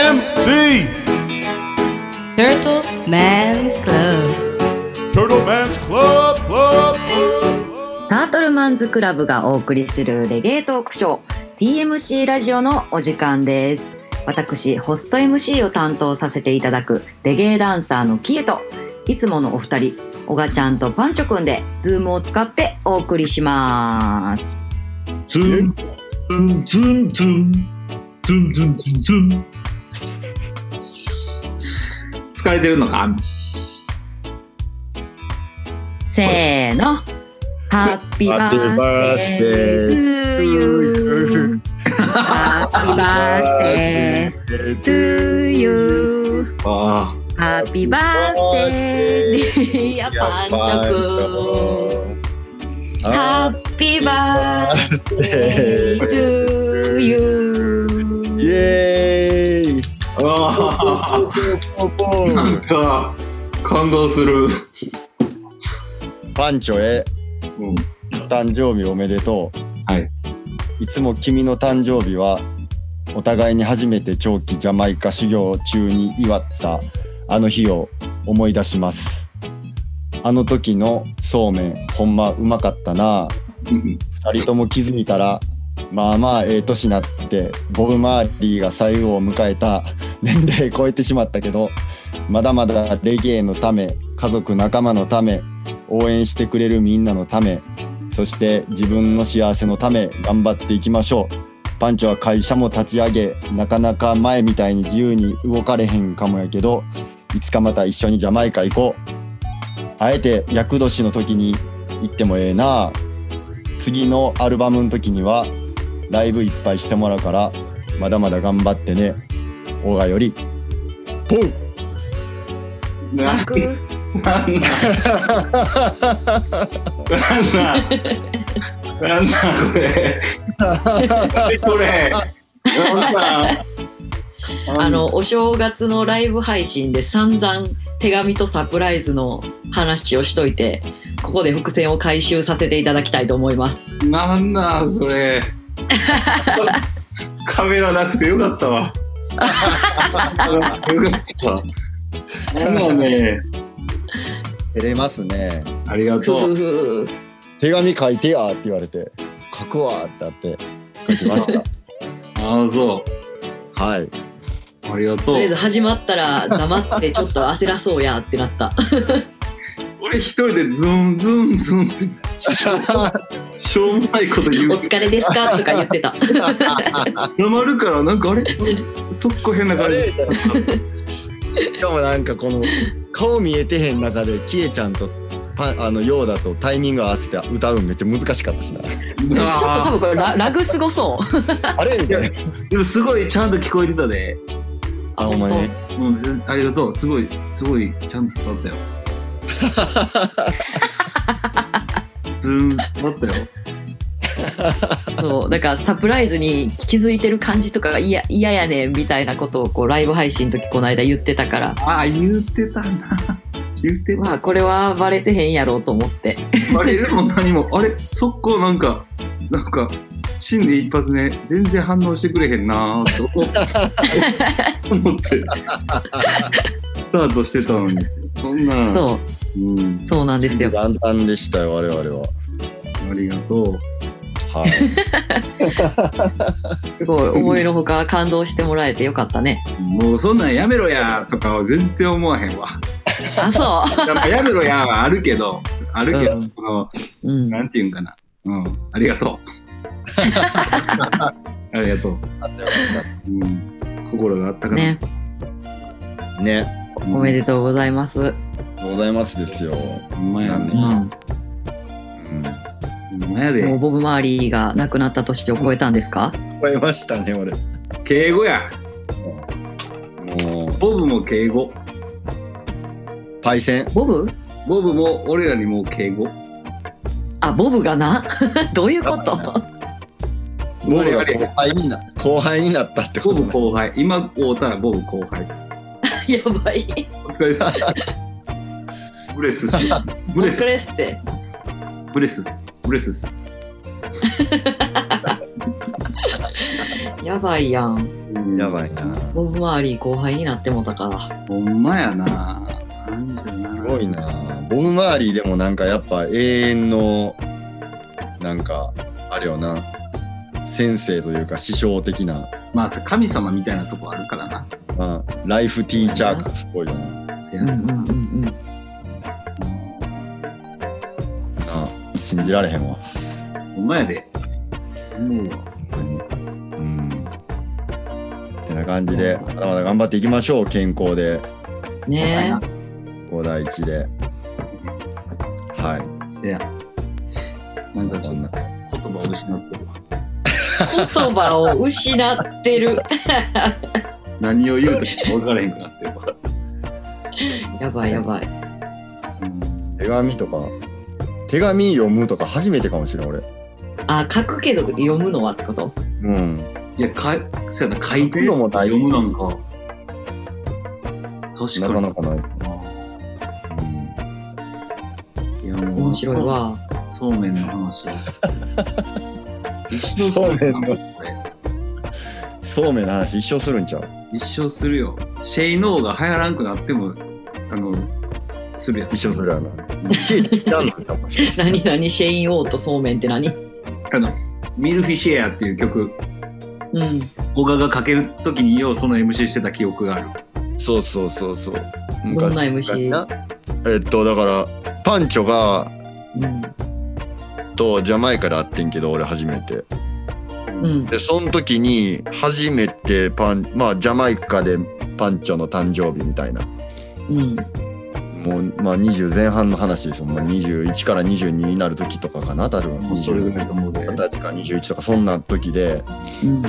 TMC Turtle Man's Club Turtle Man's Club Club Club タートルマンズクラブがお送りするレゲエトークショー TMC ラジオのお時間です私ホスト MC を担当させていただくレゲエダンサーのキエといつものお二人オガちゃんとパンチョくんでズームを使ってお送りしますズンズンズンズンズンズンズンズン疲れてるのかせーのハッピーバ Happy ースデー to you ハッピーバースデー to you あハッピーバースデーディアパンチョくんハッピーバースデー to you イエーイーあポーポーーなんか感動する、パンチョへうん、誕生日おめでとうはいいつも君の誕生日はお互いに初めて長期ジャマイカ修行中に祝ったあの日を思い出しますあの時のそうめんほんまうまかったな二人とも気づいたらまあまあええ年なってボブ・マーリーが最後を迎えた年齢超えてしまったけどまだまだレゲエのため家族仲間のため応援してくれるみんなのためそして自分の幸せのため頑張っていきましょうパンチは会社も立ち上げなかなか前みたいに自由に動かれへんかもやけどいつかまた一緒にジャマイカ行こうあえて厄年の時に行ってもええなあ次のアルバムの時にはライブいっぱいしてもらうからまだまだ頑張ってねオガよりポンな泣くなんなんなんなんこれこれなんなんあのお正月のライブ配信で散々手紙とサプライズの話をしといてここで伏線を回収させていただきたいと思いますなんなんそれカメラなくてよかったわよかったわ今ね照れますねありがふとうふふ手紙書いてやって言われて書くわってあって書きましたああそ はい、うありがととりあえうず始まったら黙ってちょっと焦らそうやってなった俺一人でズンズンズンってしょうもないこと言おう疲れですかとか言ってたなまるからなんかあれそっこ変な感じしかもなんかこの顔見えてへん中でキエちゃんとパンあのヨーダとタイミング合わせて歌うんめっちゃ難しかったしなちょっと多あ分これララグすごそう あれみたいなーでもすごいちゃんと聞こえてたで、あお前ねうん、全ありがとうすごいすごいちゃんと伝 わったよズン伝わったよそうだからサプライズに気づいてる感じとかが嫌嫌やねんみたいなことをこうライブ配信の時この間言ってたからああ言ってたな言ってまあこれはバレてへんやろうと思ってたあれでも何もあれ速攻なんかなんか死んで一発目全然反応してくれへんなーと思って思ってスタートしてたのにそんな、そうんう、そうなんですよ簡単でしたよ我々はありがとうはいすごい思いのほか感動してもらえてよかったねもうそんなんやめろやーとかは全然思わへんわあそやっぱやめろやーはあるけどあるけど、うそのう、うん、なんていうんかなうんあり がとうありがとう、うん、心があったかな、ねね、おめでとうございます、ございますですよ。ほんまやなんねでううん、ん、ほんまやもうでボブ・マーリーが亡くなった年を超えたんですか覚えましたね、俺。敬語やもう、ボブも敬語パイセン。ボブボブも俺らにも敬語あボブがな どういうこと僕が後輩にな、後輩になったってこボとブね。後輩今会うたらボブ後輩やばいお疲れっすブレスブレスクレスってブレスブレスっすやばいやん。うんやばいな。すボブマーリー後輩になってもたから。ほんまやな。37ごいな。ボブ・マーリーでもなんかやっぱ永遠のなんかあれよな先生というか師匠的な、まあ神様みたいなとこあるからな。まあ、ライフティーチャー感すごいよな。せうやんうなんうんうん。な信じられへんわ。ほんまやで。もううん。てな感じでまだまだ頑張っていきましょう健康でねえ。 5第一で。はい。せや。なんかちそょっんとな言葉を失ってるわ。言葉を失ってる。何を言うても分からへんくなってるわ。 やばいやばい。うん手紙とか手紙読むとか初めてかもしれん俺。あ、書くけど読むのはってことうん。いや、かそうやな、書い書てくのも大事読むなんか。確なかかになかない。うんいや、もう面白い。わ。そうめん の話。一生そうすめるんのよこれそうめんの話一生するんちゃう一生するよ。シェイノーが流行らんくなっても、あの、するやつ。一生するやな。聞いてきたんかもしれん何何シェイン・オートそうめんって何うん。あの、ミルフィシェアっていう曲、小川がかけるときにようその MC してた記憶がある。そうそうそうそう。どんな MC？なえっとだからパンチョがうん。とジャマイカで会ってんけど俺初めて。うん。でその時に初めてパンまあジャマイカでパンチョの誕生日みたいな。うん。もうまあ20前半の話ですもん、まあ、21から22になる時とかかな多分もうそれぐらいと思うで。 20か21とかそんな時でうん。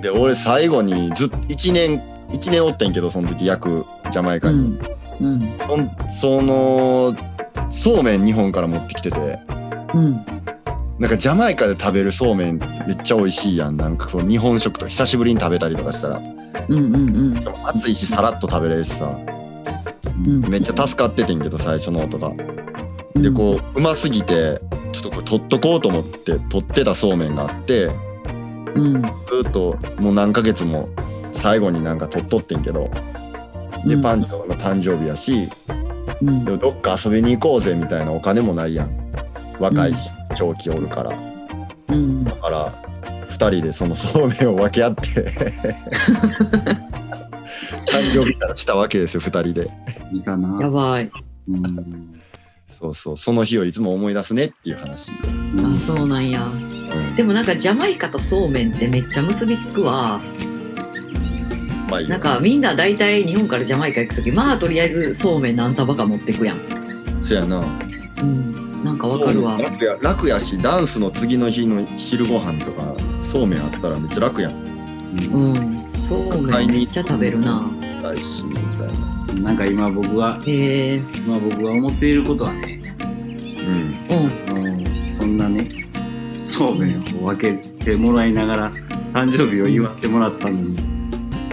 で俺最後にずっと1年1年おってんけどその時約ジャマイカうに、ん。うん。ほんそのそうめん2本から持ってきててうん。なんかジャマイカで食べるそうめんめっちゃ美味しいやんなんかその日本食とか久しぶりに食べたりとかしたらうん。うん。でも暑いしさらっと食べれるしさうん。めっちゃ助かっててんけど最初のとかでこううますぎてちょっとこれ取っとこうと思って取ってたそうめんがあってずうん。っともう何ヶ月も最後になんか取っとってんけどでパンチョの誕生日やしうん。でもどっか遊びに行こうぜみたいなお金もないやん若いし長期おるからだうん。から2人でそのそうめんを分け合って 誕生日からしたわけですよ2人でいいかやな。ばい。うんそうそうその日をいつも思い出すねっていう話、あ、そうなんや。うんでもなんかジャマイカとそうめんってめっちゃ結びつくわ。まあいいよなんかみんな大体日本からジャマイカ行くとき、まあとりあえずそうめん何束か持ってくやん。そやなうん。なんかわかるわそう。楽や楽やしダンスの次の日の昼ご飯とかそうめんあったらめっちゃ楽やんうん。そうめんめっちゃ食べるな。ないしみたいなうんなんか今僕は、へえ。今僕は思っていることはね、うんうん。あのそんなね、そうめんを分けてもらいながら誕生日を祝ってもらったのに、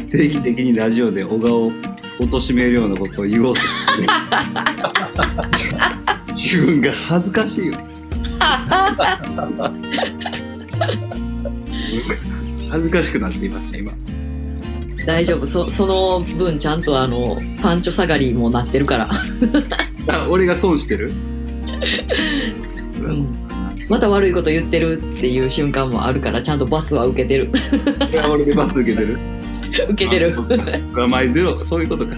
定期的にラジオで小川を貶めるようなことを言おうとして、自分が恥ずかしいよ。恥ずかしくなっていました、今。 大丈夫。そその分ちゃんとあのパンチョ下がりもなってるから。あ俺が損してる、んまた悪いこと言ってるっていう瞬間もあるからちゃんと罰は受けてる。 それは俺で罰受けてる受けてる。プラマイゼロそういうことか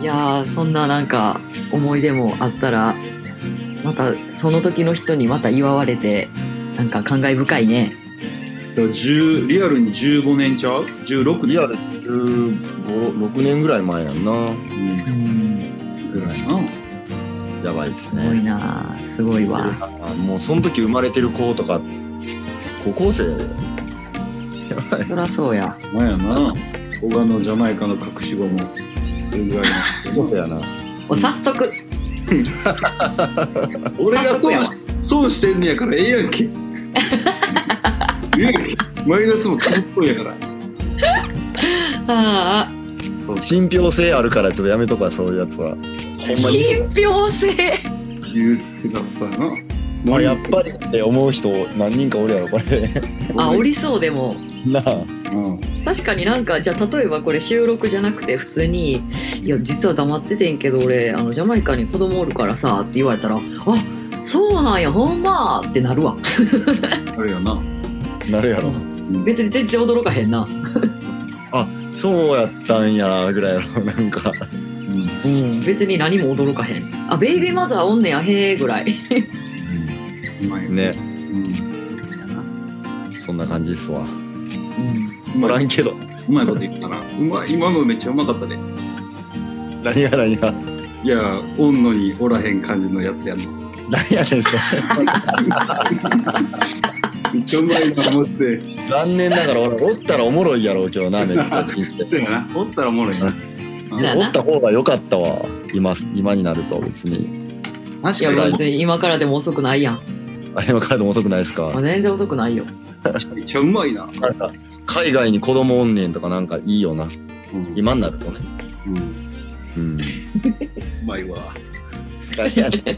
いやーそんななんか思い出もあったらまたその時の人にまた祝われてなんか感慨深いね10リアルに15年ちゃう16年リアル6年ぐらい前やんなうんうんぐらいなやばいっすすごいねなーすごいわあもうその時生まれてる子とか高校生やでやばいそらそうやまやな小川のジャマイカの隠し子もそれぐらい高 校生やなお早速の俺が損やわ損してんねやからええやん けええやんけマイナスもかぶっこいやからああ信憑性あるからちょっとやめとかそういうやつはほんまに信憑性言うてたもんさなあやっぱりって思う人何人かおるやろこれ あ、おりそうでも。なあうん確かになんかじゃあ例えばこれ収録じゃなくて普通に「いや実は黙っててんけど俺あのジャマイカに子供おるからさ」って言われたら「あそうなんやほんま」ってなるわあるよななるやろ別に全然驚かへんなそうやったんやぐらいやろなんかうんうん別に何も驚かへんあベイビーマザーおんねやへえぐらいうまいよねうんそんな感じっすわうおまらいんけどうまいこと言ったなうまい今のめっちゃうまかったね何が何がいやおんのにおらへん感じのやつやな何やねんそめっちゃうまいな思ってれ残念ながら俺おったらおもろいやろうけどなめっちゃ人ってそうやな おったらおもろいな そうやおなった方が良かったわ今今になると別に確いやかに別に今からでも遅くないやんあれはからでも遅くないですかあ全然遅くないよめっちゃうまいな、なんか海外に子供おんねんとかなんかいいよなうん今になるとねうん、 うんうまいわ何やね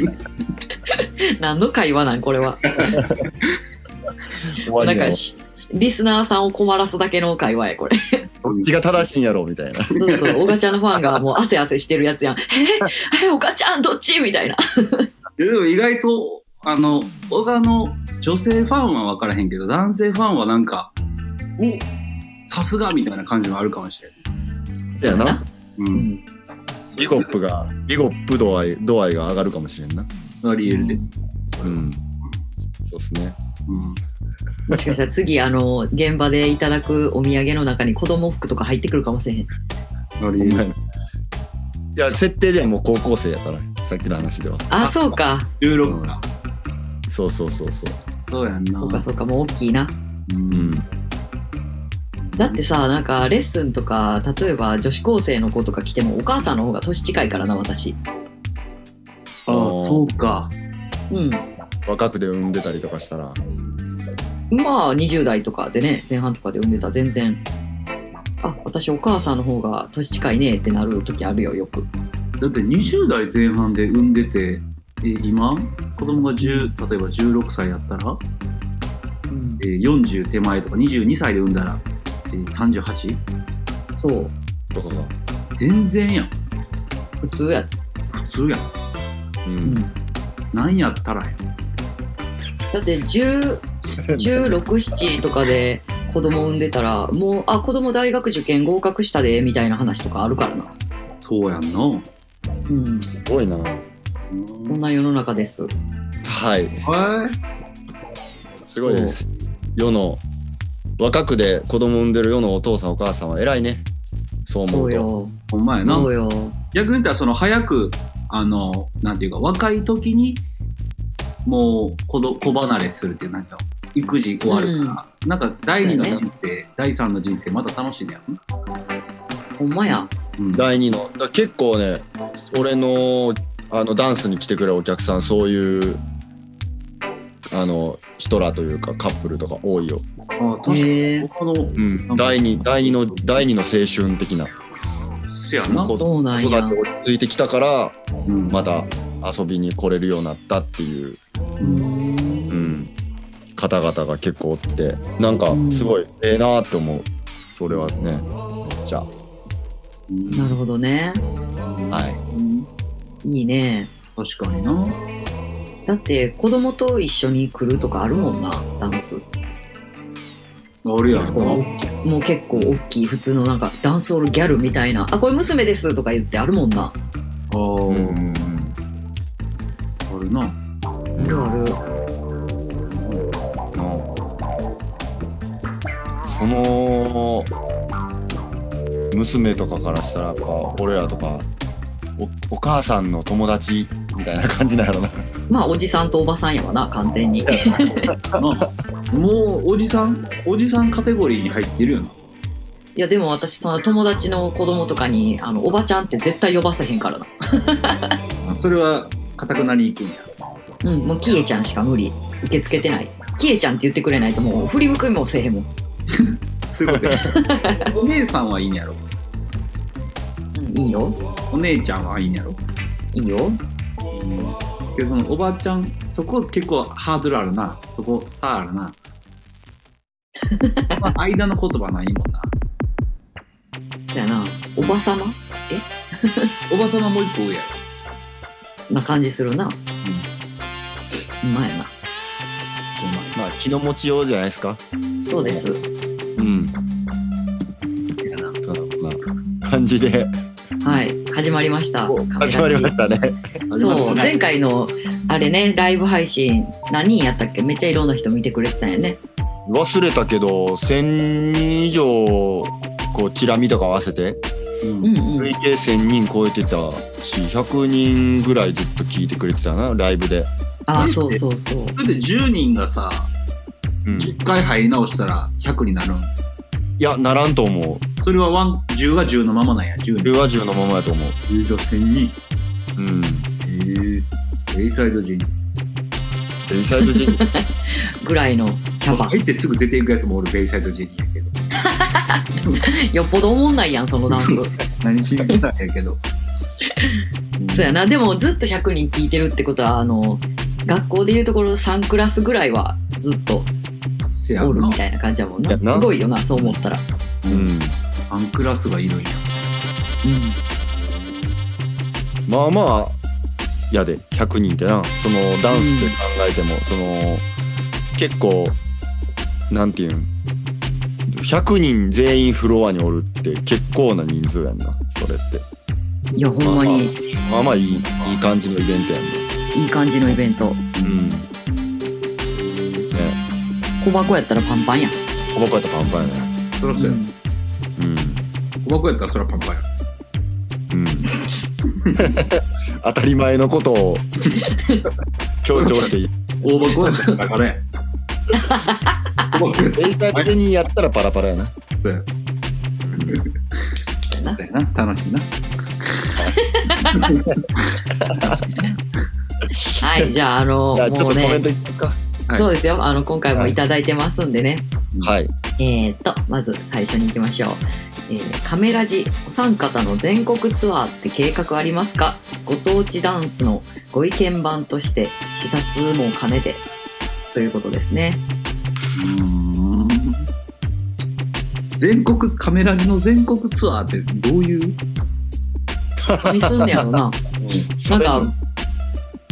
ん何の会話なんこれは終わなんりやかろしリスナーさんを困らすだけの会話やこれどっちが正しいんやろみたいなそうそう、おがちゃんのファンがもう汗汗してるや つやん。ええ、おがちゃんどっちみたいな。いやでも意外とあの小賀の女性ファンは分からへんけど男性ファンはなんかおさすがみたいな感じもあるかもしれそうやなない、うん、ビゴップがビゴップ度合い度合いが上がるかもしれんなありえるで、うんそうっすねもしかしたら次、あの、現場でいただくお土産の中に子供服とか入ってくるかもしれへん。うん、ありおえる前いや設定ではもう高校生やからさっきの話ではあ、そうか。 16かそうそうそうそうそうやんなそうか、そうか、もう大きいな。うんだってさ、なんかレッスンとか、例えば女子高生の子とか来ても、お母さんの方が年近いからな、私。ああそうかうん。若くで産んでたりとかしたらまあ、20代とかでね、前半とかで産んでた、全然。あ、私お母さんの方が年近いねってなる時あるよ、よく。だって20代前半で産んでてえ今子供が10例えば16歳やったら、うんえー40手前とか22歳で産んだら、えー 38? そう。とかが全然やん普通や。普通やんうんなんやったらやんだって10 1617とかで子供産んでたらもうあ子供大学受験合格したでみたいな話とかあるからな、そうやんな、うん、すごいなそんな世の中ですはいはいすごいね世の若くで子供産んでる世のお父さんお母さんは偉いねそう思そううとよほんまやなそうよ逆に言ったらその早くあのなんていうか若い時にもう子ど子離れするっていうなんか育児終わるから、なんか第二のそうや人生、第三の人生また楽しいんだよ、ほんまやうん、第二のだから結構ね俺のあのダンスに来てくれるお客さんそういうあの人らというかカップルとか多いよ、あ確かにへえ他のうん、第二第二の第二の青春的なせやな、こそうなん子やが落ち着いてきたからうんまた遊びに来れるようになったっていう、うんうん、方々が結構おってなんかすごいええなって思うそれはねじゃうんなるほどねあはいうんいいね確かになだって子供と一緒に来るとかあるもんなダンスあるやろな、もう結構大きい普通のなんかダンスホールギャルみたいな「あこれ娘です」とか言ってあるもんなあーうんあるなあるあるその娘とかからしたらやっぱ俺らとかおお母さんの友達みたいな感じなんやろなまあおじさんとおばさんやわな完全になもうおじさんおじさんカテゴリーに入ってるよないやでも私その友達の子供とかにあのおばちゃんって絶対呼ばせへんからなあそれはかたくなにいくんやうんもうキエちゃんしか無理受け付けてないキエちゃんって言ってくれないともう振り向くもせえへんもん、すごいお姉さんはいいんやろうん、いいよお姉ちゃんはいいんやろいいよけどそのおばあちゃんそこ結構ハードルあるなそこ差あるなまあ間の言葉ないもんなそやなおばさまおばさまもう一個上やな感じするなうまいなまあ気の持ちようじゃないですか。そうですうん。ろやなそんな感じではい始まりました始まりましたね。そうね前回のあれねライブ配信何人やったっけめっちゃいろんな人見てくれてたんやね忘れたけど1000人以上こうチラ見とか合わせてうんうんうん累計1000人超えてたし100人ぐらいずっと聞いてくれてたなライブで、ああそうそうそうそれで10人がさうんい10回入り直したら100になるんやならんと思うそれはワン10は10のままなんや10ル人ア10のままやと思う10乗1000人うんええベイサイド人ベイサイド人ぐらいのキャパ入ってすぐ出ていくやつも俺ベイサイド人やけどよっぽど思んないやんそのダンス何しに来たんやけど そうやなでもずっと100人聞いてるってことはあの学校でいうところの3クラスぐらいはずっとせやおるなみたいな感じやもんやなんなすごいよなそう思ったらうん3クラスがいるんやまあまあやで100人ってなそのダンスで考えても、その結構なんていうん100人全員フロアにおるって結構な人数やんなそれっていやほんまにまあまあいいいい感じのイベントやんねいい感じのイベントうんね小箱やったらパンパンやん小箱やったらパンパンやねそらそうやうん小箱やったらそらパンパンやうん 当たり前のことを強調していい大箱やったらだからや小箱やったデイタルジェニーやったらパラパラやなそうやそうやなそうやな楽しいなはいじゃああのじゃあちょっともコうメねントいきますかはいそうですよあの今回もいただいてますんでね、はいえー、っと、まず最初に行きましょう。えーカメラジ、お三方の全国ツアーって計画ありますかご当地ダンスのご意見版として、視察も兼ねて、ということですね。全国カメラジの全国ツアーってどういう何すんねや ろな。なんか、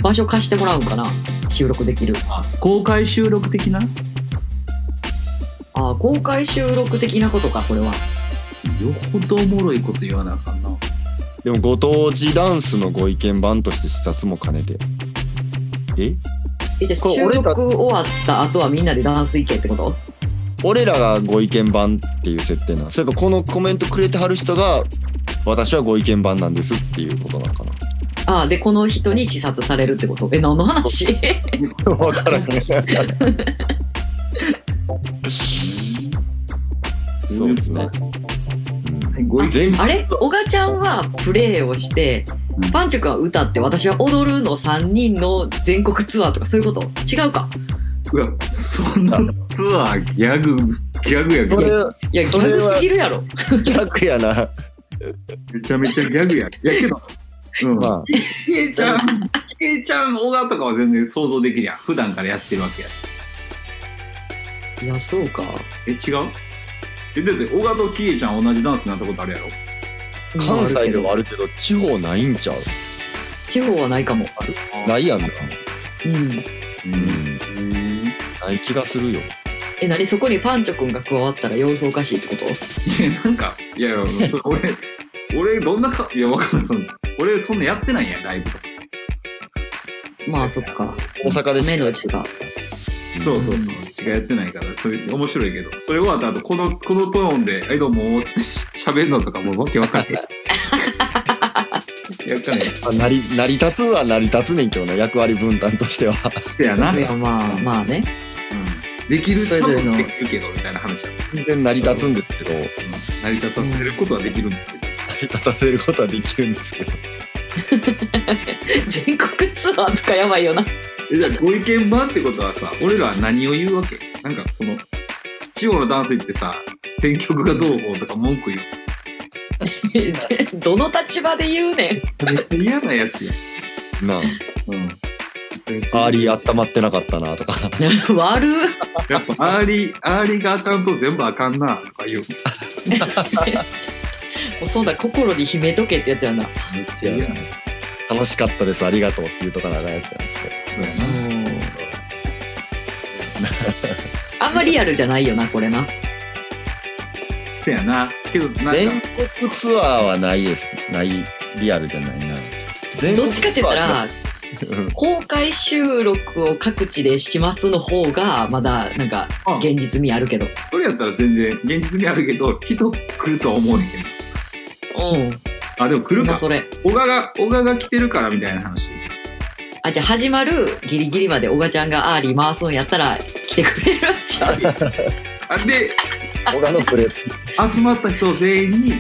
場所貸してもらうんかな収録できる。あ公開収録的なああ、公開収録的なことか、これは。よほどおもろいこと言わなあかんな。でもご当地ダンスのご意見版として視察も兼ねてええ、じゃあこれ収俺ら録終わった後はみんなでダンス行けってこと俺らがご意見版っていう設定なのそれかこのコメントくれてはる人が私はご意見版なんですっていうことなのかなああ、で、この人に視察されるってことえ、何の話 分からへんそうですね、はいごう意ん、見全あれ小賀ちゃんはプレイをしてうん、パンチョクは歌って、私は踊るの3人の全国ツアーとかそういうこと違うかうわそんなツアーギャグギャグやけそれどいや、ギそャれはグすぎるやろ。逆やなめちゃめちゃギャグやいやけどうんまあひえちゃんひえちゃん小川とかは全然想像できるやん普段からやってるわけやしいや、そうか。え違うえだって小川とひえちゃん同じダンスになったことあるやろ関西でまはああるるけど地方ないんちゃうけど地方はないかも。ないやんな、うん。うん、うんない気がするよえ、なにそこにパンチョくんが加わったら様子おかしいってこといや、なんか、いやいや、それ俺、俺、どんなか、いや、わかんない、その、俺、そんなやってないやん、ライブとか。まあ、そっか。大阪でし目のか内が。そうそうそう、しかやってないから、それ、面白いけど、それ終わった後、この、このトーンで、はい、どうも、ってし喋るのとか、もうわけわかん ない。やっかんない。まあ成り成り立つは成り立つねんけどね役割分担と してはせやな。ういんや、まあ、まあね。 できるそれぞれのできるけど、みたいな話は、う全ん然成り立つんですけど成成り立たせることはできるんですけど。り立たせることはできるんですけど全国ツアーとかやばいよな。 えじゃあご意見番ってことはさ俺らは何を言うわけなんかその地方のダンス行ってさ選曲がどうこうとか文句言うでどの立場で言うねん。めっちゃ嫌なやつやなあうんアーリー温まってなかったなとか 悪っやっぱアーリー、アーリーが当たんと全部あかんなとか言う。もうそんな心に秘めとけってやつやな。めっちゃ楽しかったですありがとうっていうとか長いやつなんですけどそうやなあんまリアルじゃないよな、これな。そうやな。けど、なんか、全国ツアーはないですないリアルじゃないな全ど国っちかって言ったら、ツアーうん公開収録を各地でしますの方が、まだなんかあ現実味あるけど。それやったら全然現実味あるけど、人来るとは思うねんけど。うん。あ、でも来るまあか。それ。小賀が、小賀が来てるからみたいな話。あ、じゃあ始まるギリギリまでおがちゃんがアーリー回すんやったら来てくれるんちゃうあで、小田のプレス集まった人全員に、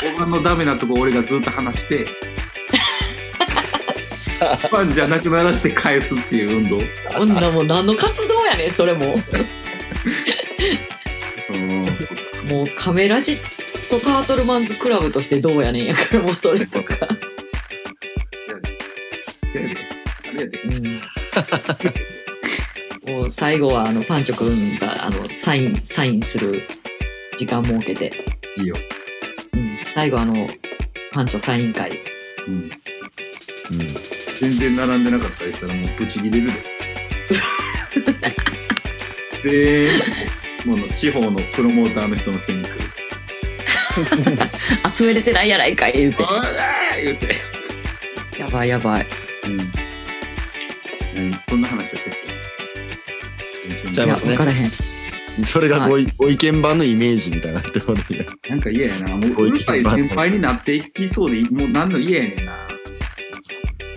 小賀のダメなとこ俺がずっと話して、ファンじゃなくならして返すっていう運動。こんなもう何の活動やねん、それもうんう。もうカメラジとタートルマンズクラブとしてどうやねんやから、もうそれとか。せやで。あれやで。うんもう最後はあのパンチョくんがあのサインサインする時間設けて、いいよ。うん、最後あのパンチョサイン会うんうん全然並んでなかったりしたらもうブチ切れるで。全部もう地方のプロモーターの人のせいにする。集めれてないやないかい言うてあー言うて。やばいやばいうん。そんな話やったっけちゃいいやますね分からへんそれがご,、い、ご意見版のイメージみたいになってもらうねなんか嫌やな。もううるさい先輩になっていきそうで、もう何の嫌やねんな。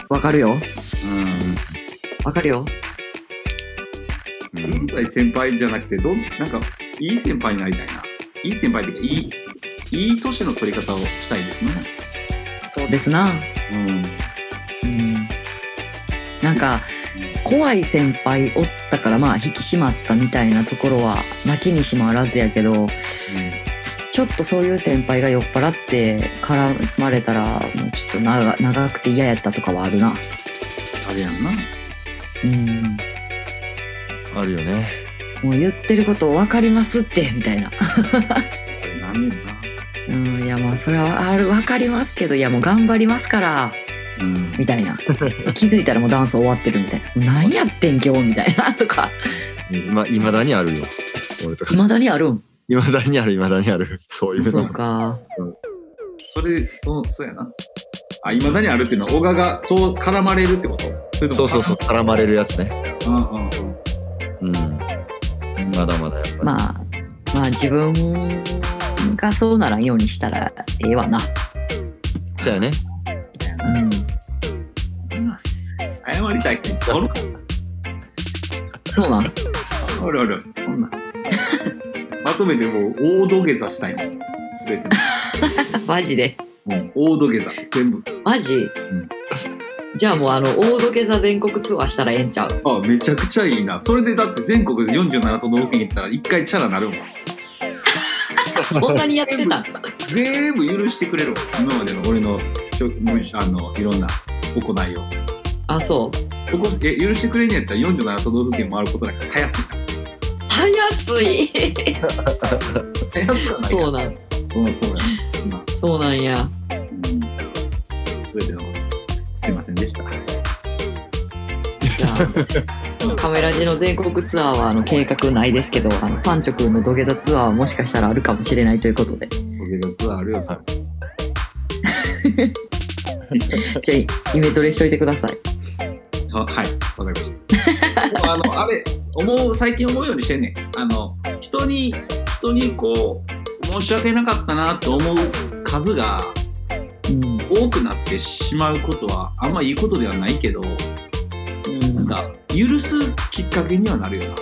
分かるよう分かるよん。うるさい先輩じゃなくて、どん、なんか、いい先輩になりたいな。いい先輩っていうか、いい、いい年の取り方をしたいですね。そうですなうん。うんなんか怖い先輩おったからまあ引き締まったみたいなところはなきにしもあらずやけどちょっとそういう先輩が酔っ払って絡まれたらもうちょっと長長くて嫌やったとかはあるなあれやんな。うんあるよねもう言ってること分かりますってみたいな あれなんねんな。うんいやもうそれはある分かりますけどいやもう頑張りますからうん。みた いな気づいたらもうダンス終わってるみたいな何やってん今日みたい なとかまいまだにあるよ俺とかいまだにあるんいまだにあるいまだにある そういうそのうかそれ、そう、そうやな。あ、いまだにあるっていうのは、小賀がそう絡まれるってことそれともそうそうそう。絡まれるやつねうんうんううん。んまだまだやっぱり、まあまあ自分がそうならんようにしたらええわなそうやねうん謝りたい人おるかそうなん おるおる。そんな。 まとめてもう、大土下座したいの。すべてマジでの。もう、大土下座。全部。マジ、じゃあもうあの大土下座全国ツアーしたらええんちゃ うあ、めちゃくちゃいいな。それでだって全国で47都道府県行ったら、一回チャラなるもん。そんなにやってたん全部許してくれるわ。今までの俺の、しょむしあの、いろんな行いを。あそうここえ許してくれんねやったら47都道府県回ることなんかたやすいな。早すいたやすくはないそうなかんそうそうや。まそうなんやあ、うん、すべてのすいませんでした。じゃあカメラジの全国ツアーはあの計画ないですけどあのパンチョくんの土下座ツアーはもしかしたらあるかもしれないということでおげがツアーあるよ。じゃあイメトレしといてくださいあはい、わかりました。もうあのあれ思う最近思うようにしてんねん。あの人に人にこう申し訳なかったなと思う数がうん多くなってしまうことはあんまいいことではないけど、うなんんか許すきっかけにはなるよな。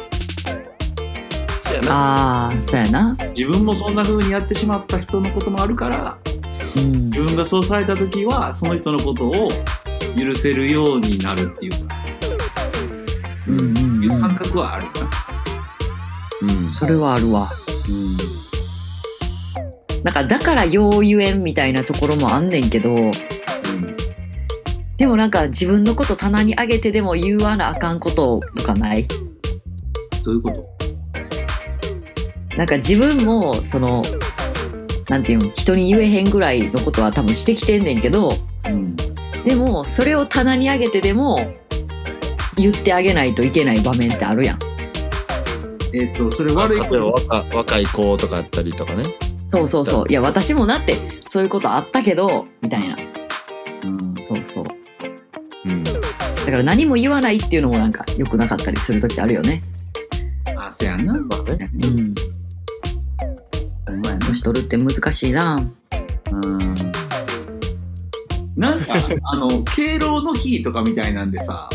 そうやなああそうやな自分もそんな風にやってしまった人のこともあるからうん自分がそうされた時はその人のことを許せるようになるっていうか、うんうんいううん感覚はあるよな。うんそれはあるわうんなんかだからようゆえんみたいなところもあんねんけどでもなんか自分のこと棚に上げてでも言わなあかんこととかないどういうことなんか自分もそのなんていうん人に言えへんぐらいのことは多分してきてんねんけどうん。でもそれを棚に上げてでも言ってあげないといけない場面ってあるやん。えっ、と、それ悪いこ例えばと。若若い子とかやったりとかねそうそうそういや私もなってそういうことあったけどみたいなうんそうそううんだから何も言わないっていうのもなんか良くなかったりする時あるよね。あ、そうやんな。まあねうん、お前やな年取るって難しいな。うん なんかあの敬老の日とかみたいなんでさ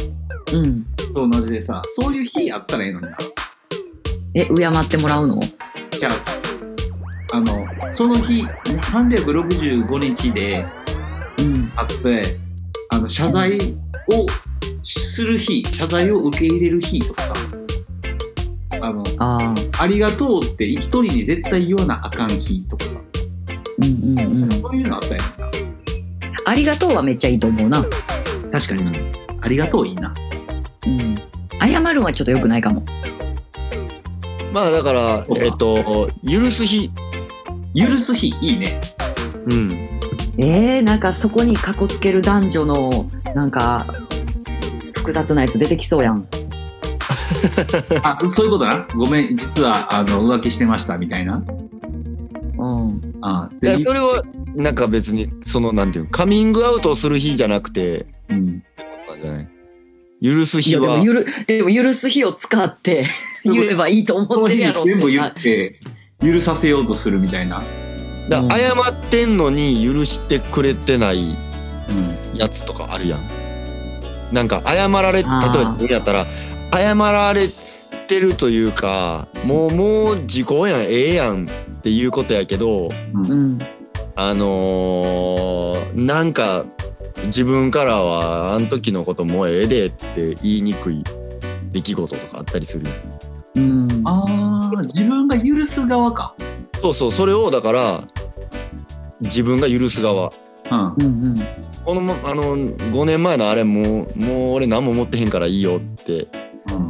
うん。と同じでさそういう日あったらいいのになえ敬ってもらうの？じゃああのその日365日でうん。あってあの謝罪をする日謝罪を受け入れる日とかさあのああ。ありがとうって一人に絶対言わなあかん日とかさうんうんうん。そういうのあったよなありがとうはめっちゃいいと思うな。確かになありがとういいなうん。謝るんはちょっと良くないかも。まあだからそうそうえっと許す日許す日いいねうんえー、なんかそこにかこつける男女のなんか複雑なやつ出てきそうやん。あそういうことなごめん実はあの浮気してましたみたいなうん。あででそれはなんか別にそのなんていうのカミングアウトする日じゃなくてうん、なんじゃない許すい日やでもはゆるでも許す日を使って 言えばいいとそ思のって日るやろ。全部言って許させようとするみたいな、うん、だうんから謝ってんのに許してくれてないやつとかあるやんなんか謝られ例えあーば俺やったら謝られてるというかもうもう時効やんええやんっていうことやけどうん。あのーなんか自分からはあん時のこともうええでって言いにくい出来事とかあったりするやんうん。あー自分が許す側か、そうそうそれをだから自分が許す側うんうんうん。このまあの5年前のあれもうもう俺何も持ってへんからいいよって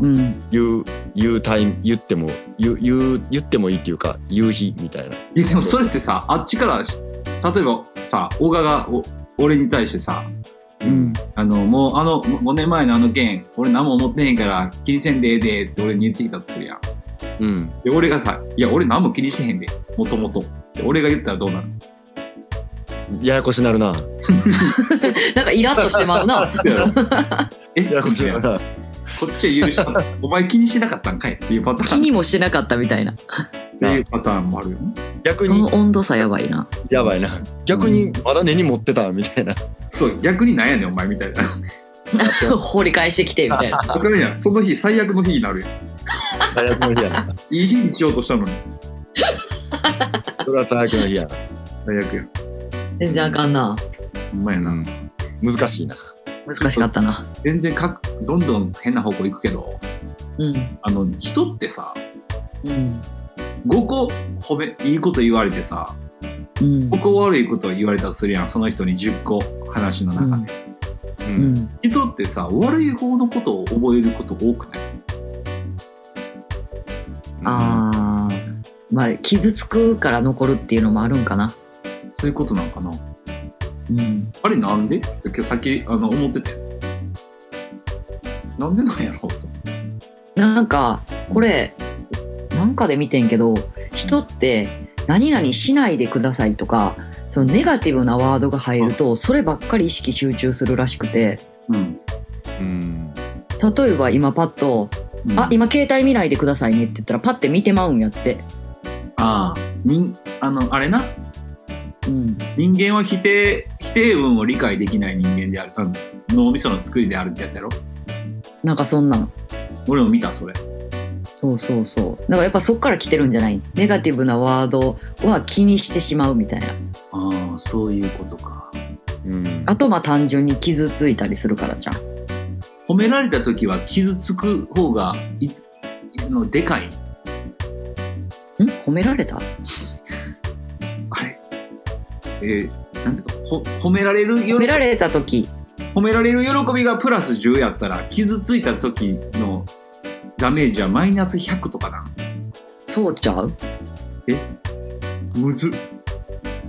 うんうん。言う言うタイム言っても言う言う言ってもいいっていうか言う日みたいな。いやでもそれってさあっちからし例えばさ小川がお俺に対してさうん、あのもうあの5年前のあの件俺何も思ってへんから気にせんでええでって俺に言ってきたとするやんうん、で俺がさ「いや俺何も気にしてへんでもともと」で俺が言ったらどうなるややこしなるな。なんかイラッとしてまうな。えややこしなるな。こっちは許したのお前気にしてなかったんかいっていうパター気ンっにもしてなかったみたいな。ていうパターンもあるよね逆そにの温度差やばいな。 やばいな。逆にまだ根に持ってたみたいな。そう逆になんやねんお前みたいな掘り返してきてみたい な。それやんその日最悪の日になるやん最悪の日やな。いい日にしようとしたのにそれは最悪の日やな。最悪やん全然あかんな。ほんまやな、うん難しいな。難しかったな。全然かどんどん変な方向行くけどうん。あの人ってさうん。 5個褒めいいこと言われてさうん。 5個悪いこと言われたとするやんその人に10個話の中で、うう。ん。人ってさ悪い方のことを覚えること多くないああ。まあ、傷つくから残るっていうのもあるんかな。そういうことなのかなうん。あれなんでって今日さっきあの思っててなんでなんやろうとなんか、これ、なんかで見てんけど、人って、何々しないでくださいとか、そのネガティブなワードが入ると、そればっかり意識集中するらしくて、うん、うん。例えば今パッと、うんあ、今携帯見ないでくださいねって言ったら、パッて見てまうんやって。ああ人あのあれなうん。人間は否定否定文を理解できない人間であるあの脳みその作りであるってやつやろなんかそんなん。俺も見たそれそうそうそうだからやっぱそっから来てるんじゃないネガティブなワードは気にしてしまうみたいなああそういうことかうん。あとまあ単純に傷ついたりするからじゃん褒められた時は傷つく方がいいのでかいん褒められたあれえー、なんていうかほ褒められる褒よめりられた時褒められる喜びがプラス10やったら、傷ついた時のダメージはマイナス100とかな。そうちゃうむずっ。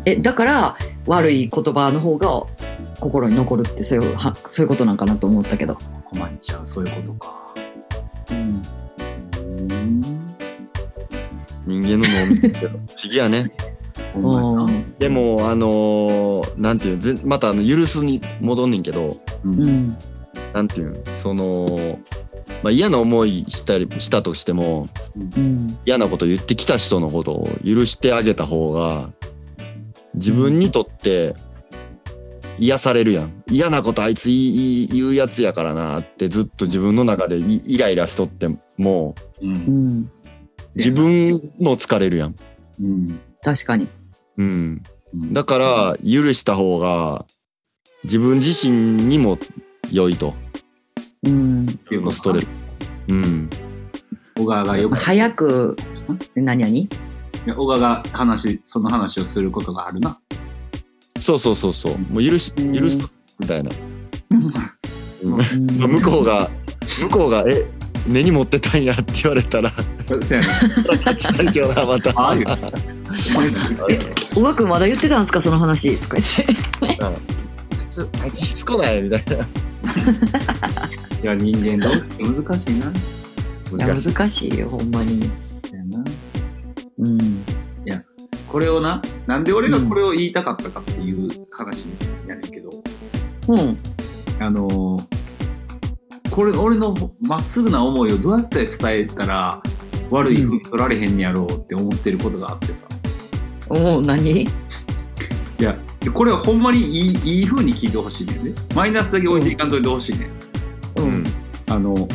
えだから悪い言葉の方が心に残るってそういうはそういうことなんかなと思ったけど、困っちゃう、そういうことか。うん、人間の脳みそって不思議やね。ほんまやなうんでも、あのーなんていうぜまたあの許すに戻んねんけど、ううんんなんていうんその、まあ、嫌な思いしたりしたとしても、うん嫌なこと言ってきた人のことを許してあげた方が自分にとって癒されるやん嫌なことあいつ言い言うやつやからなってずっと自分の中でイイライラしとってもううんん自分も疲れるやん、うん確かにうん、うんだから許した方が自分自身にも良いとうんっていうことストレスうん小川が よく、早く何何いや小川が話、その話をすることがあるな。 そうそうそうそうもう許しうん許すみたいなうん向こうが向こうが「え根に持ってたんや」って言われたらせやね最強だまたあ あいう。小川君まだ言ってたんですかその話とか言ってあいつあいつしつこないみたい いや、人間どうして難しいな。いなや難しいよほんまにせやなうんこれをな、なんで俺がこれを言いたかったかっていう話やねんけど、うんあのーこれ、俺のまっすぐな思いをどうやって伝えたら、悪い風に取られへんやろうって思ってることがあってさ。おう何いや、でこれはほんまにいいいい風に聞いてほしいねんね。マイナスだけ置いていかんといてほしいねん。ううんんあの、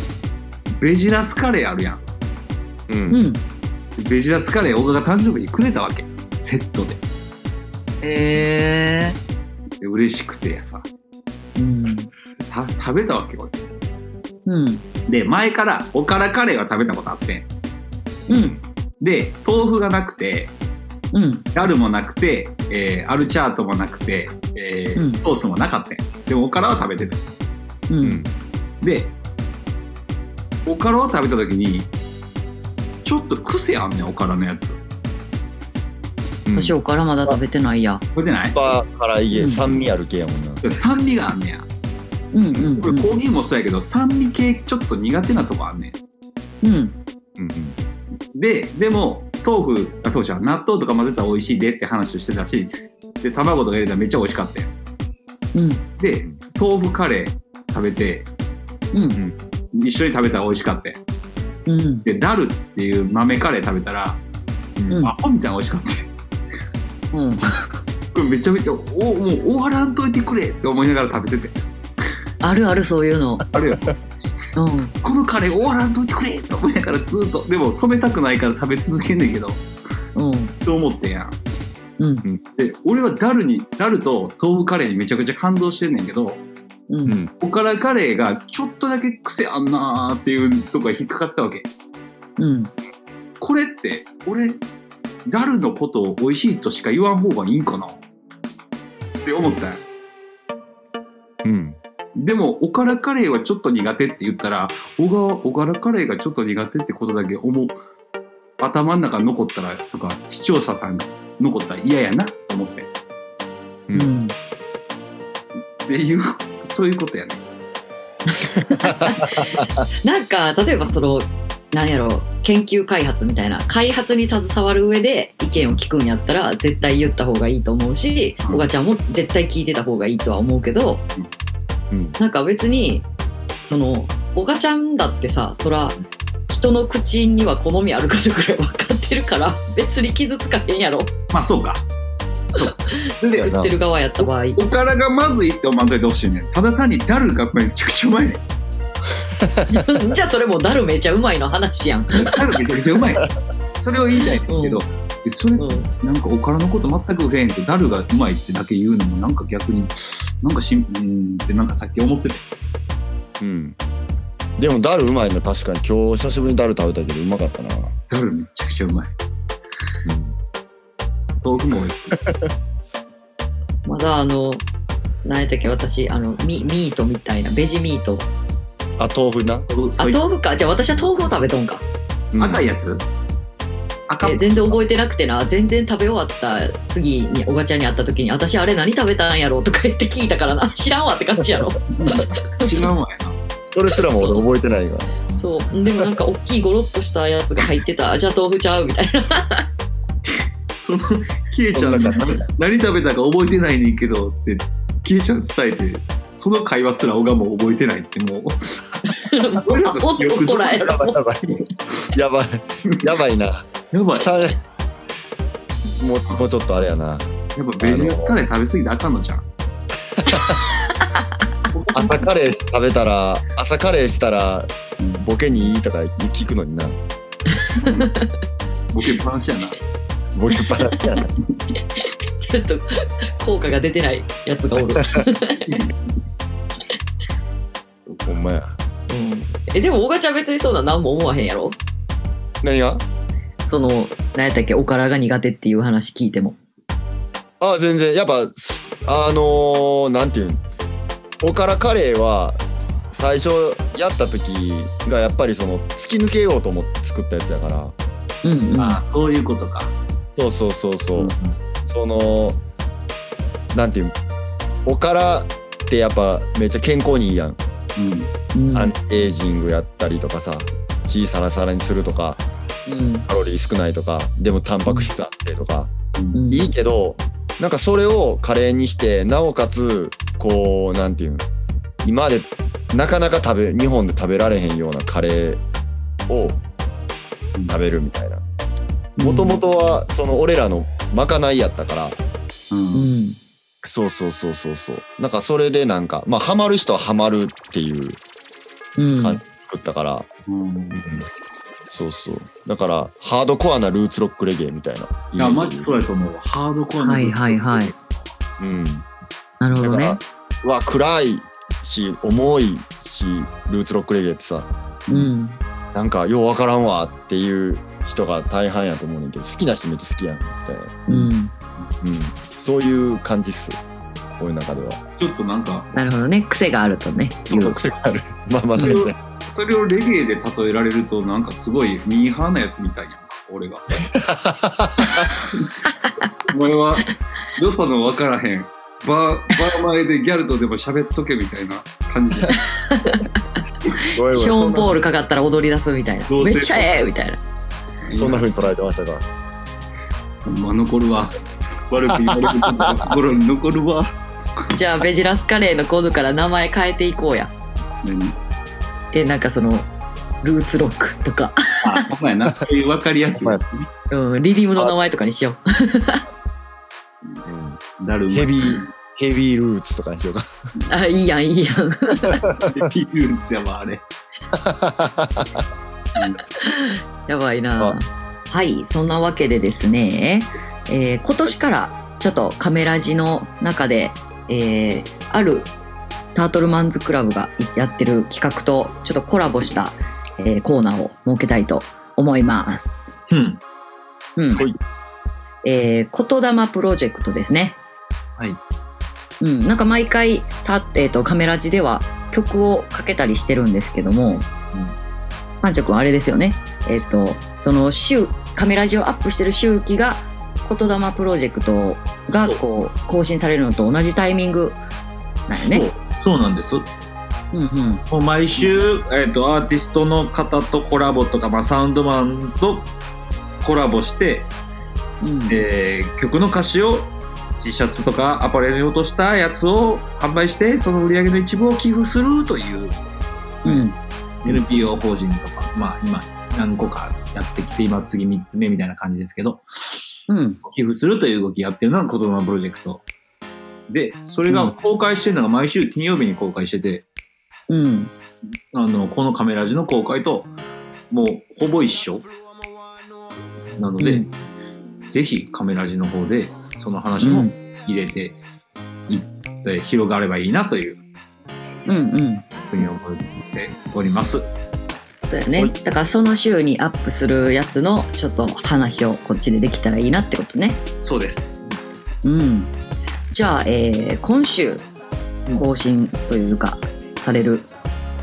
ベジラスカレーあるやん。ううんんベジラスカレー、俺が誕生日にくれたわけ。セットで。へえで嬉しくてさ、うんた食べたわけ、俺。うんで、前からおからカレーは食べたことあってん。うんで、豆腐がなくて、うんダルもなくて、えーアルチャートもなくて、えーうんソースもなかったんでもおからは食べてた。ううんんで、おからを食べた時に、ちょっと癖あんねん、おからのやつ。私おからまだ食べてないやこれでないやっぱ辛い系うん酸味ある系やもんな酸味があんねや。うんうんこれコーヒーもそうやけど、酸味系ちょっと苦手なとこあんねん。うんううんんで、でも、豆腐、あ、豆腐じゃん納豆とか混ぜたら美味しいでって話をしてたし、で、卵とか入れたらめっちゃ美味しかったよ。うんで豆腐カレー食べてうん一緒に食べたら美味しかったようんでダルっていう豆カレー食べたら、うんアホみたいな美味しかったようんこれめちゃめちゃおもう終わらんといてくれって思いながら食べててあるあるそういうのあるようんこのカレー終わらんといてくれって思いながらずっとでも止めたくないから食べ続けんねんけどうんと思ってんやんうんで俺はダルにダルと豆腐カレーにめちゃくちゃ感動してんねんけどううんんおからカレーがちょっとだけ癖あんなーっていうとこが引っかかってたわけうんこれって俺ダルのことを美味しいとしか言わん方がいいんかなって思ったんようんでもおからカレーはちょっと苦手って言ったら小川おからカレーがちょっと苦手ってことだけ思う頭の中に残ったらとか視聴者さんに残ったら嫌やなと思ってううんんっていうそういうことやねなんか例えばそのなんやろ研究開発みたいな開発に携わる上で意見を聞くんやったら絶対言った方がいいと思うしうんおがちゃんも絶対聞いてた方がいいとは思うけど、うんなんか別にそのおがちゃんだってさそら人の口には好みあることくらい分かってるから別に傷つかへんやろまあそうかそうで食ってる側やった場合おからがまずいって思わんといてほしいねんただ単にダルがめちゃくちゃうまいねんじゃあそれもダルめちゃうまいの話やん。ダルめちゃくちゃうまいそれを言いたいんですけど、うでそれってうんなんかおからのこと全く触れへんって、ダルがうまいってだけ言うのもなんか逆に、なんかしん、うーんってなんかさっき思ってて。うんでもダルうまいな確かに今日久しぶりにダル食べたけどうまかったなダルめちゃくちゃうまい。うん豆腐も美味しい。まだあの何やったっけ私あのミミートみたいなベジミートあ豆腐な、あそういう豆腐かじゃあ私は豆腐を食べとんかうん赤いやつ赤え全然覚えてなくてな全然食べ終わった次におがちゃんに会った時に私あれ何食べたんやろとか言って聞いたからな 知らんわって感じやろ知らんわそれすらも俺覚えてないわそうでもなんか大きいゴロッとしたやつが入ってたじゃあ豆腐ちゃうみたいなそのキエちゃんがそんな何食べたか覚えてないねんけどってキエちゃん伝えてその会話すら小川も覚えてないってもうもうおっとこらえろやばいやばいやばいなやばいたもうもうちょっとあれやなやっぱベジマスカレー食べ過ぎてあかんのじゃん朝カレー食べたら朝カレーしたらボケにいいとか聞くのになボケっぱなしやなボケっ ぱなしやなちょっと効果が出てないやつがおる、ほんまやえでもおがちゃん別にそうなん何も思わへんやろ何がその何やったっけおからが苦手っていう話聞いてもあ全然やっぱあのー、なんていうんおからカレーは最初やった時がやっぱりその突き抜けようと思って作ったやつやからうんうんああそういうことかそうそうそうそう、そのなんていうんおからってやっぱめっちゃ健康にいいやん、うんアンチエイジングやったりとかさ血サラサラにするとかうんカロリー少ないとかでもタンパク質あってとか、うんいいけどなんかそれをカレーにしてなおかつこうなんていうん今までなかなか食べ日本で食べられへんようなカレーを食べるみたいなもともとはその俺らのまかないやったからうんうんそうそうそうそうそうなんかそれでなんかまあハマる人はハマるっていううん感じで作ったから、そうそうだからハードコアなルーツロックレゲエみたいなイいメやージマジそうやと思うわハードコアなはいはいはいうんなるだほどから、ねうわ暗いし重いしルーツロックレゲエってさうんなんかようわからんわっていう人が大半やと思うねんけど好きな人めっちゃ好きやんって、うんうん、そういう感じっす俺の中ではちょっとなんかなるほどね癖があるとねそうそう癖があるまあまあそうですねそれをレゲエで例えられるとなんかすごいミーハーなやつみたいやんか 俺がお前は良さの分からへんバーバー前でギャルとでも喋っとけみたいな感じごめんごめんショーン・ポールかかったら踊り出すみたいなどうめせっちゃええみたいなそんなふうに捉えてましたかまあ残るわ悪く言われる心に残るわじゃあベジラスカレーのコードから名前変えていこうや何えなんかそのルーツロックとか、あほんまやなそういう分かりやすいやつねうん、リリムの名前とかにしようだるまヘビーヘビールーツとかにしようかあいいやんいいや ヘビんールーツやわあれやばいなはいそんなわけでですね、えー今年からちょっとカメラジの中で、えーあるタートルマンズクラブがやってる企画とちょっとコラボした、えーコーナーを設けたいと思いますうんうん。はいえー、言霊プロジェクトですね。はい。うん、なんか毎回た、えー、とカメラ字では曲をかけたりしてるんですけども、パンチョ君あれですよね。えっ、とその週カメラ字をアップしてる周期が言霊プロジェクトがこう更新されるのと同じタイミングなんよね。そうそうなんですもうんうん。う毎週、えー、とアーティストの方とコラボとか、まあ、サウンドマンとコラボして、うんえー曲の歌詞を T シャツとかアパレルに落としたやつを販売してその売り上げの一部を寄付するといううん。 NPO 法人とか、まあ、今何個かやってきて今次3つ目みたいな感じですけどうん。寄付するという動きやってるのが子供プロジェクトでそれが公開してるのが毎週金曜日に公開してて、うん。あのこのカメラ時の公開ともうほぼ一緒なので、うんぜひカメラ時の方でその話うもん。入れていって、広がればいいなといううんうん。ふうに思っております。そうやね。だからその週にアップするやつのちょっと話をこっちでできたらいいなってことね。そうです。うん。じゃあ、えー今週更新というか、される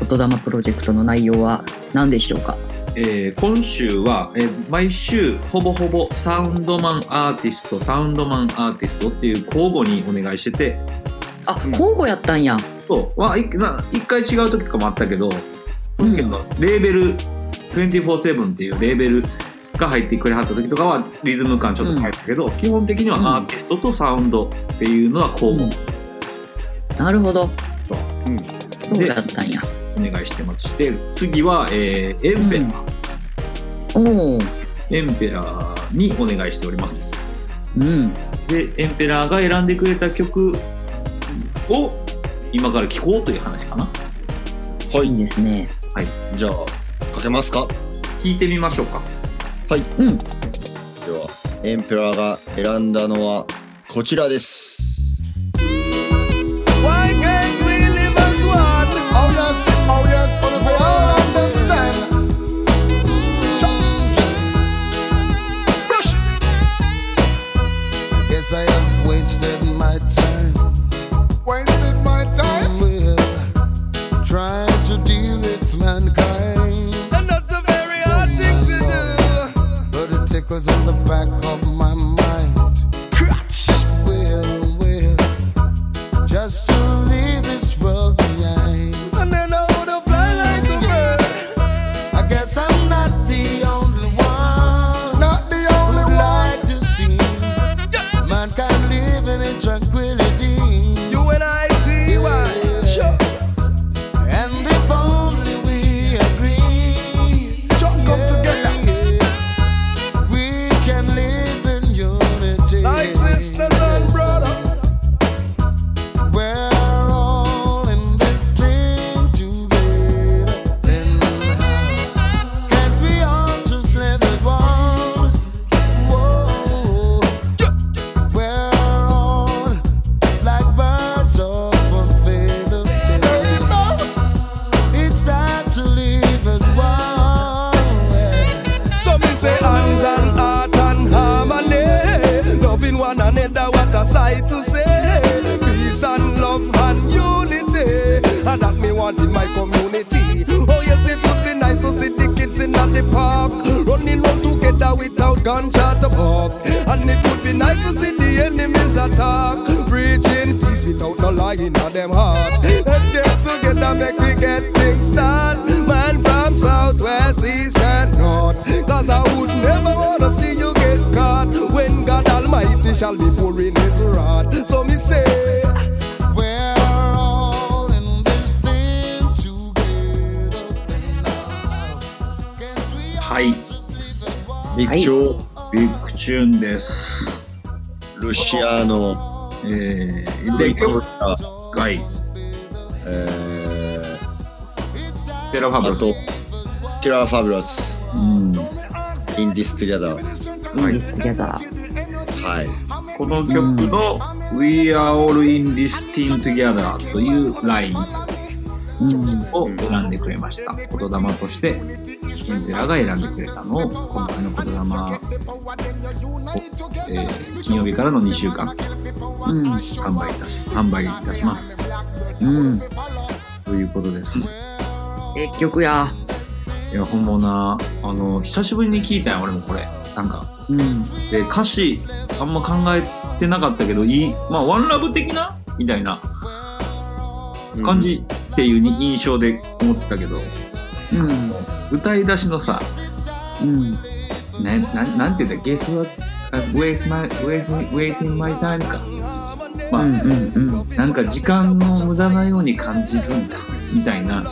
言霊プロジェクトの内容は何でしょうかえー今週は、えー毎週ほぼほぼサウンドマンアーティストサウンドマンアーティストっていう交互にお願いしててあ、交互やったんや。そう、まあ、いまあ一回違う時とかもあったけどその時のレーベル247っていうレーベルが入ってくれはった時とかはリズム感ちょっと変えたけど、基本的にはアーティストとサウンドっていうのは交う互、んなるほど。そうそうやったんや。お願いしてまして次は、えーエンペラー、おお。エンペラーにお願いしておりますうん。でエンペラーが選んでくれた曲を今から聴こうという話かないいですね。じゃあかけますか聴いてみましょうかうん。ではエンペラーが選んだのはこちらです Why can't we live as one? Oh yes, oh yes, oh no, we all understand. Cha. Fresh. Yes, I have wasted my time. Wasted my time. Well, trying to deal with mankind. And that's a very hard thing to do. But it tickles on the back of my mind. Scratch. Well, well just to leave this world behind. And then I would have fly like a bird. I guess I'm not the only one. Not the only one. Like to see mankind living in tranquility. You and I, T Y. Sure. And if only we agree, come together. We can live in unity. Like sisters and brothers. We're all in this thing together. Then how can't we all just live as one? Whoa. We're all like birds of one feather. It's time to live as one. So me say hands and heart and harmony Loving one another, what a sight to say Peace and love and unity And that me want in my community Oh yes, it would be nice to see the kids in at the park Running round together without gunshot to pop And it would be nice to see the enemies attack Preaching peace without no lying on them heart Let's get together, make we get things done Man from south, west, east and north Cause I would never wanna see you get caught When God Almighty shall be pouring his rod So me say We're all in this thing は together. いビはいッチョービッグチューンですルシアーノえー、で今で曲日がはいえーテラファブあルとティラー・ファブラスうんインディス・トゥギャダーいいです、トゥギャザー。はいこの曲の「We are all in this team together」というラインうん。を選んでくれました言霊としてエンペラーが選んでくれたのを今回の言霊を、えー金曜日からの2週う間ん。販売いたし販売いたしますうん。ということですえ、曲や。いや本物なあの久しぶりに聞いたんや俺もこれなんかうん。で歌詞あんま考えてなかったけどいいまあワンラブ的なみたいな感じっていうに印象で思ってたけど、うん。歌い出しのさうん。なななんていうんだっけ Guess what? I'm waste my, waste me- wasting my time かまあ、うん。うん。なんか時間の無駄なように感じるんだみたいな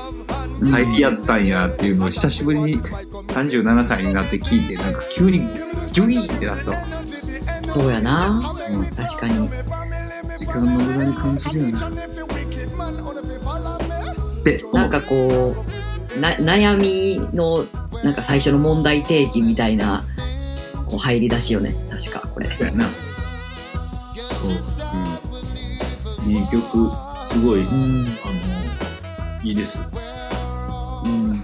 入りやったんやっていうのを久しぶりに37歳になって聞いてなんか急にジュイーってなったわそうやな。確かに。時間の無駄に感じるよなってなんかこう、な悩みの、なんか最初の問題提起みたいな、こう入り出しよね。確か、これ。やなそう、いい曲すごいあうん。のいいですうん。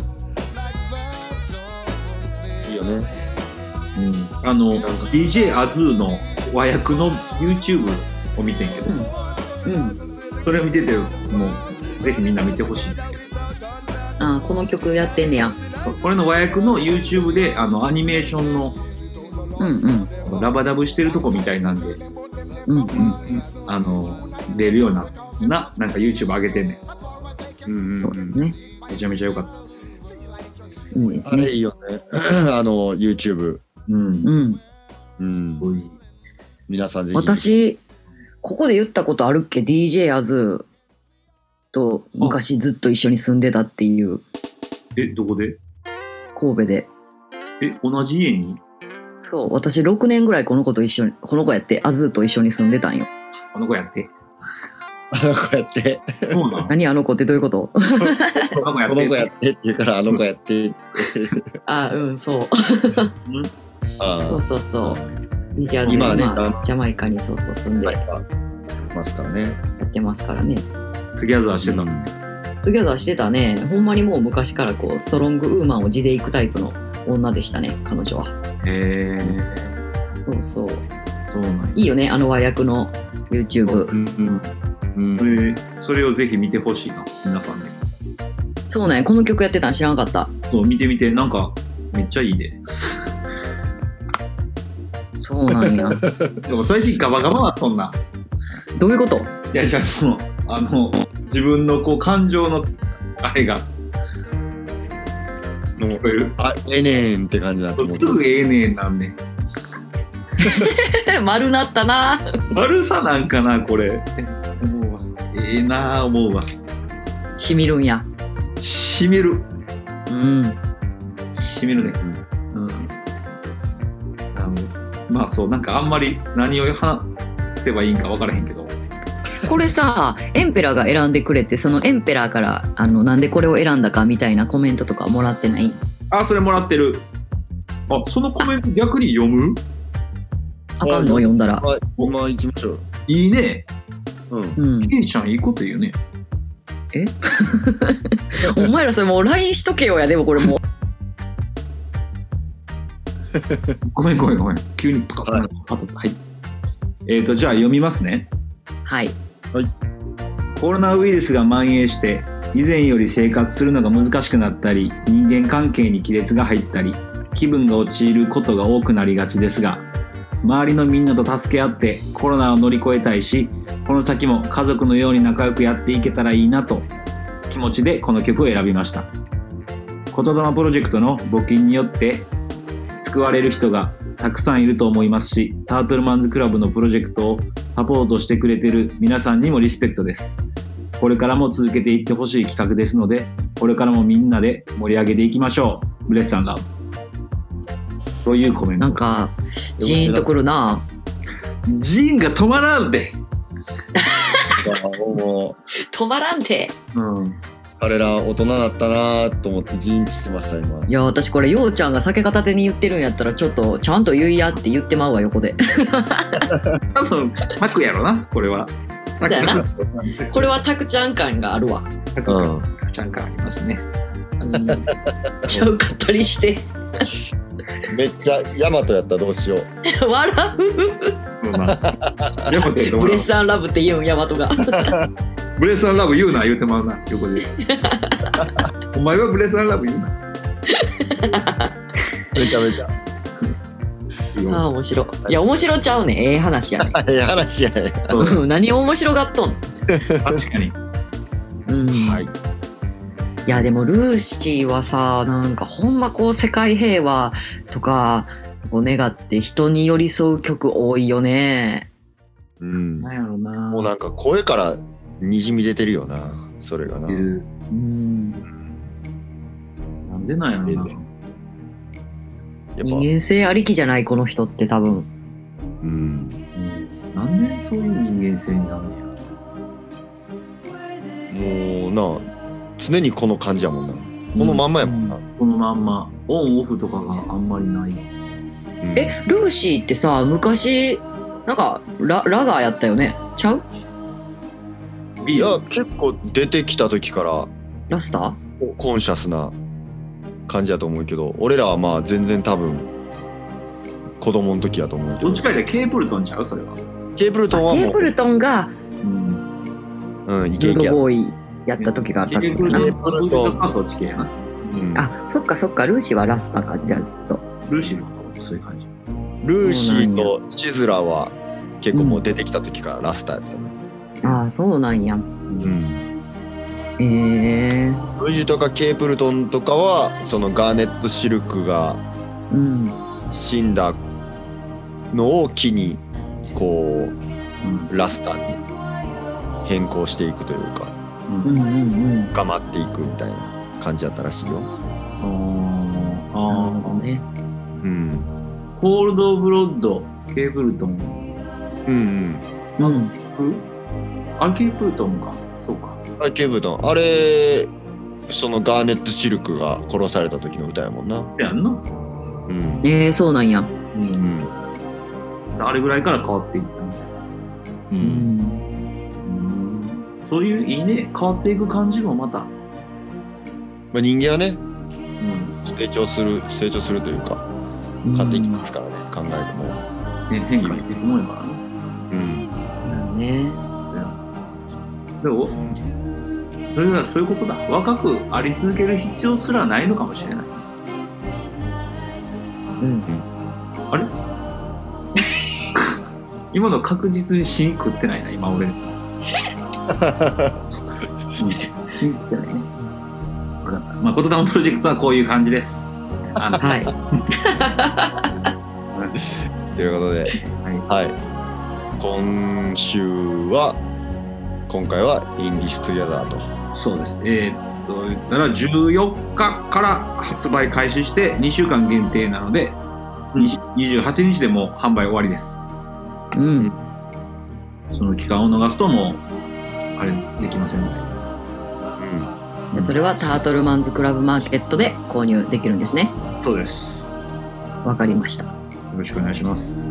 いいよねあの DJ アズーの和訳の YouTube を見てんけど、うん。それを見ててもうぜひみんな見てほしいんですけどあーこの曲やってんねやそうこれの和訳の YouTube であのアニメーションのうんうんラバダブしてるとこみたいなんでうんあの出るようなななんか YouTube 上げてんねうんそうですねんめちゃめちゃ良かったいいですあれねいいよね。 あの、YouTube。うんうんうん。皆さんぜひ。私ここで言ったことあるっけ DJ アズと昔ずっと一緒に住んでたっていうえどこで神戸でえ同じ家にそう私6年ぐらいこの子と一緒にこの子やってアズーと一緒に住んでたんよあの子やってこうやって、そう なの何あの子ってどういうこと あの子やこっの子やっててって言うから、あの子やって。あうんそうそあうそうそう。メジャーズ今はねまあ、ジャマイカにそうそう住んでやあ、ますからね。ってますからね。トゥギャザーしてたのトゥギャザーしてたね、ほんまにもう昔からこう、ストロングウーマンを地で行くタイプの女でしたね、彼女は。へえそうそう。そうなんやいいよね、あの和訳の YouTube。うんうんそれそれをぜひ見てほしいな皆さんねそうなんや、この曲やってたん知らなかった。そう見てみてなんかめっちゃいいでそうなん や。でも最近ガバガバはそんなどういうこといやじゃあそのあの自分のこう感情のあれが聞こえるあ、ええねんって感じだと思うすぐええねんなんねん 丸なったな悪さなんかなこれ思うわええなあ思うわしみるんや。しめるうん。しめるねうんあのまあそうなんかあんまり何を話せばいいんか分からへんけどこれさ、エンペラーが選んでくれて、そのエンペラーから、あの、なんでこれを選んだかみたいなコメントとかもらってないあそれもらってるあそのコメント逆に読むあかんの読んだら。はい、今行きましょう。いいね うん。うん。ケイちゃんいいこと言うねお前らそれもう LINE しとけよやでもこれもうごめんごめんごめん急にパカッパカッとはいえっ、ー、とじゃあ読みますねはいコロナウイルスが蔓延して以前より生活するのが難しくなったり人間関係に亀裂が入ったり気分が陥ることが多くなりがちですが周りのみんなと助け合ってコロナを乗り越えたいしこの先も家族のように仲良くやっていけたらいいなと気持ちでこの曲を選びました言霊プロジェクトの募金によって救われる人がたくさんいると思いますしタートルマンズクラブのプロジェクトをサポートしてくれてる皆さんにもリスペクトですこれからも続けていってほしい企画ですので、これからもみんなで盛り上げていきましょう。ブレスさんが。というコメント。なん、かジーンとくるなジンが止まらんで。もう、止まらんてうん。彼ら大人だったなと思ってジーンとしてました、今。いや私これようちゃんが酒片手に言ってるんやったらちょっとちゃんと言いやって言ってまうわ横で多分、タクやろな、これは。タだクよなこれはタクちゃん感があるわタクうん。ちゃん感ありますね。ちゃうかったりして めっちゃ、ヤマトやったらどうしよう。笑そうな。 横でうブレスアンラブって言うんヤマトがブレスアンラブ言うな、言うてまうな、横で。お前はブレスアンラブ言うな。めちゃめちゃ。ああ面白いや面白ちゃうねんええ話やねええ 話やね。そううん何面白がっとん確か に。うん、はいい、やでもルーシーはさなんかほんまこう世界平和とかを願って人に寄り添う曲多いよね。うん。なんやろな。もうなんか声からにじみ出てるよな、それがな。うん、なんでなんやろな。や人っ間性ありきじゃないこの人って多分ぱ、うん。なんでそういう人間性になんねや。もうな、常にこの感じやもんな。このまんまやもんな。このまんまオンオフとかがあんまりないうんえルーシーってさ昔なんかララガーやったよねちゃういや、結構出てきた時から、ラスターコンシャスな感じやと思うけど、俺らはまあ全然多分、子供の時やと思うけど。どっちかやったらケーブルトンちゃうそれはケーブルトンはケーもブルトンがうんう、うん、イルケイーケやドっボーイやった時があった結と局かなル。ープとかそっち系やな。うんあ、そっかそっか、ルーシーはラスタか、じゃあずっと。ルーシーの方もそういう感じ。ルーシーとシズラは結構もう出てきた時からラスターやったね。ああ、そうなんや。うん。ええルージュとかケープルトンとかはそのガーネットシルクがうん。死んだのを機にこうラスターに変更していくというかうんうん深まっていくみたいな感じやったらしいよ。うん。なるほどね。うん。コールドブロッド、ケーブルトン。うんうん。あれケーブルトンか。そうか。うん。あケープルトンあれそのガーネットシルクが殺された時の歌やもんな。やんな。うん。ええそうなんや。うん。あれぐらいから変わっていったみたいな。う。うんん。うんそういういいね。変わっていく感じもまた。まあ、人間はねうん。成長する成長するというか買っていきますからね、考えても、ね、変化していくもんやからね。うん、そうだね。そうやでもそれはそういうことだ若くあり続ける必要すらないのかもしれないうん。 今の確実に芯食ってないな 今俺うん芯食ってないね分かったまあ言霊プロジェクトはこういう感じですあのはい。ということで、はい今週は今回は「インディストゥギャザーと」そうです。えーっと、言ったら14日から発売開始して2週間限定なので、28日でもう販売終わりです。うん。その期間を逃すともう、あれできませんので。うんじゃあそれはタートルマンズクラブマーケットで購入できるんですね。そうです。よわかりました。ろしくお願いします。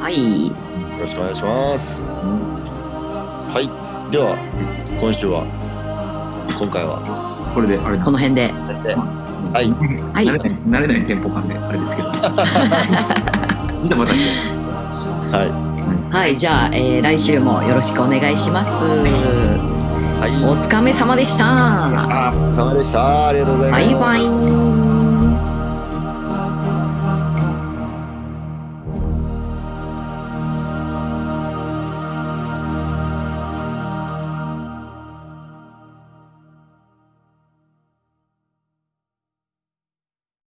はい。よろしくお願いします、はいでは今週は今回はこれで、あれだこの辺で。はいはい慣。れない、慣れないテンポ感で、あれですけど。 実は私、ははい。じゃあ、えー来週もよろしくお願いしまいす。はいお疲れ様でした。お疲れ様でしたありがとうございまバすイバイ。